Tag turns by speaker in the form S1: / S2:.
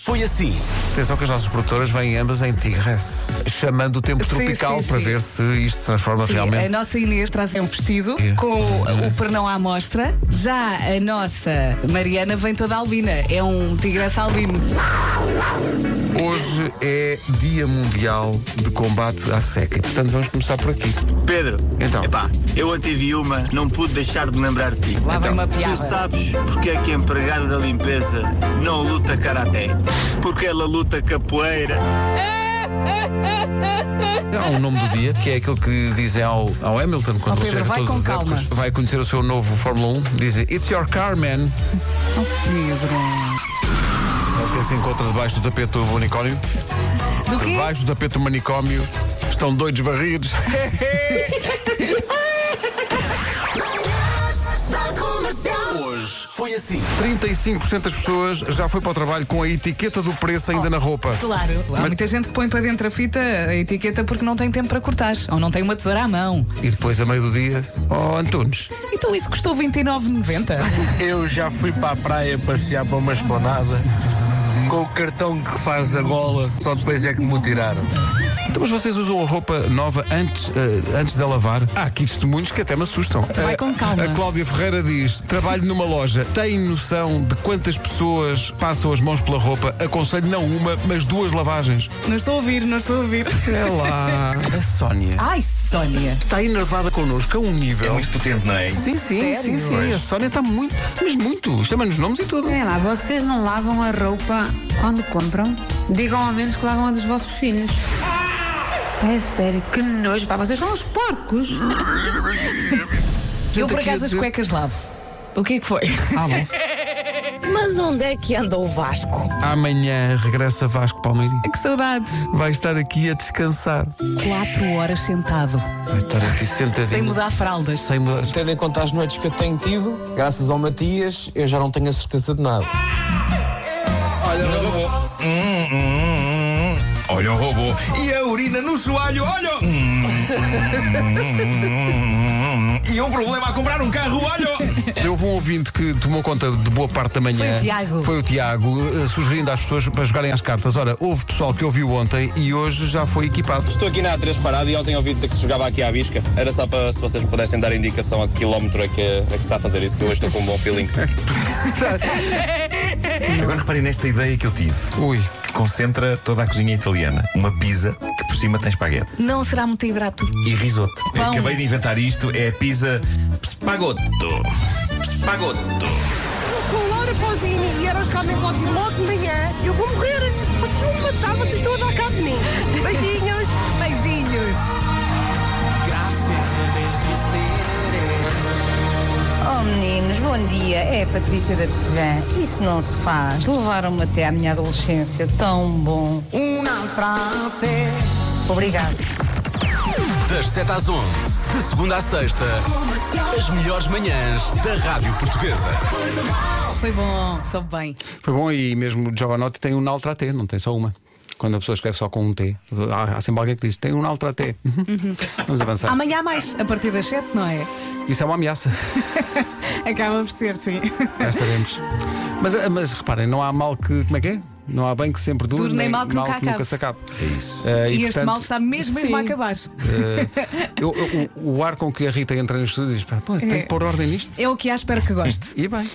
S1: Foi assim.
S2: Atenção que as nossas produtoras vêm ambas em Tigres, chamando o tempo
S3: Sim,
S2: tropical
S3: sim,
S2: para
S3: sim.
S2: ver se isto se transforma
S3: Sim, é
S2: realmente.
S3: a nossa Inês traz um vestido
S2: É.
S3: com o, o pernão à mostra. Já a nossa Mariana vem toda albina. É um tigreço albino.
S2: Hoje é Dia Mundial de Combate à Seca. Portanto, vamos começar por aqui.
S4: Pedro,
S2: Então.
S4: epá, eu até vi uma, não pude deixar de me lembrar de ti.
S2: Então,
S3: Lá vem uma
S4: Tu
S3: piada.
S4: sabes porque é que a empregada da limpeza não luta karaté? Porque ela luta capoeira.
S2: Há um nome do dia, que é aquele que dizem ao, ao Hamilton quando
S3: Ó,
S2: ele chega a
S3: Pedro, vai
S2: todos
S3: com
S2: os
S3: calma.
S2: épocas, vai conhecer o seu novo Fórmula 1, dizem It's your car, man. É
S3: Oh, Pedro.
S2: Sabe quem se encontra debaixo do tapete do manicômio?
S3: Do quê?
S2: Debaixo do tapete do manicômio estão doidos varridos.
S1: Hoje foi assim.
S2: 35% das pessoas já foi para o trabalho com a etiqueta do preço ainda na roupa.
S3: Oh, Claro. Há muita gente que põe para dentro a fita, a etiqueta, porque não tem tempo para cortar. Ou não tem uma tesoura à mão.
S2: E depois, a meio do dia, oh Antunes,
S3: Então isso custou 29,90.
S5: Eu já fui para a praia passear para uma esplanada com o cartão que faz a gola, só depois é que me o tiraram.
S2: então, mas vocês usam a roupa nova antes, eh, antes de a lavar? Há aqui testemunhos que até me assustam.
S3: vai
S2: Eh,
S3: com calma.
S2: A Cláudia Ferreira diz: trabalho numa loja, tem noção de quantas pessoas passam as mãos pela roupa? Aconselho não uma, mas duas lavagens.
S3: Não estou a ouvir, não estou a ouvir.
S2: É lá. A Sónia
S3: Ai, Sónia.
S2: está enervada connosco a um nível.
S1: potente, não é?
S2: Sim, sim,
S3: Sério?
S2: sim, sim. A Sónia está muito, mas muito. Chama-nos nomes e tudo.
S6: Olhem lá, vocês não lavam a roupa quando compram? Digam ao menos que lavam a dos vossos filhos. É sério, que nojo, pá, vocês são uns porcos.
S3: Eu por
S2: aqui a
S3: acaso as
S2: dizer-
S3: cuecas lavo. O que é que foi?
S2: Ah, bom.
S7: Mas onde é que anda o Vasco?
S2: Amanhã regressa Vasco Palmeirinho.
S3: que saudades.
S2: Vai estar aqui a descansar.
S3: Quatro horas sentado,
S2: Vai estar aqui sentadinho.
S3: sem mudar fraldas.
S2: Sem mudar.
S8: Tendo em conta as noites que eu tenho tido, graças ao Matias, eu já não tenho a certeza de nada.
S1: Olha o robô. E a urina no soalho, olha! E um problema a comprar um carro, olha!
S2: Houve um ouvinte que tomou conta de boa parte da manhã.
S3: Foi o Tiago.
S2: Foi o Tiago, eh, sugerindo às pessoas para jogarem às cartas. Ora, houve pessoal que ouviu ontem e hoje já foi equipado.
S9: Estou aqui na A3 parado e ontem ouvi dizer que se jogava aqui à bisca. Era só para se vocês pudessem dar indicação a que quilómetro é que, é que se está a fazer isso, que eu hoje estou com um bom feeling.
S1: É, Agora reparem nesta ideia que eu tive,
S2: Ui.
S1: que concentra toda a cozinha italiana. Uma pizza que por cima tem espaguete.
S3: Não será muito hidrato.
S1: E risoto.
S3: Pão.
S1: Acabei de inventar isto, é a pizza spagotto. Spagotto.
S7: Com o Laura Pausini e Eros Carmen Cotto logo de manhã, eu vou morrer. Vocês vão me matar, vocês estão a dar cabo de mim. Beijinhos.
S3: Beijinhos.
S10: Oh meninos, bom dia. É a Patrícia da Tevilã. Isso não se faz. Levaram-me até à minha adolescência. Tão bom. Obrigada.
S1: Das 7 às 11, de segunda à sexta, as melhores manhãs da Rádio Portuguesa.
S3: Foi bom, soube bem.
S2: Foi bom e mesmo Giovanotti tem um naltra T, não tem só uma. Quando a pessoa escreve só com um T, há, há sempre alguém que diz: tem um naltra T.
S3: Uhum.
S2: Vamos avançar.
S3: Amanhã há mais, a partir das 7, não é?
S2: Isso é uma ameaça.
S3: Acaba por ser, sim.
S2: Já estaremos. Mas, eh, mas reparem, não há mal que. Como é que é? Não há bem que sempre dure,
S3: Dure, nem mal que nunca acabe.
S2: se acabe.
S1: É isso.
S2: Eh,
S3: E, este
S2: portanto,
S3: mal está mesmo, mesmo a
S2: sim.
S3: acabar.
S2: Eh, eu- eu- o, o ar com que a Rita entra no estúdio diz: pá, pô, tem que pôr ordem nisto.
S3: É o que há, espero que goste.
S2: E bem.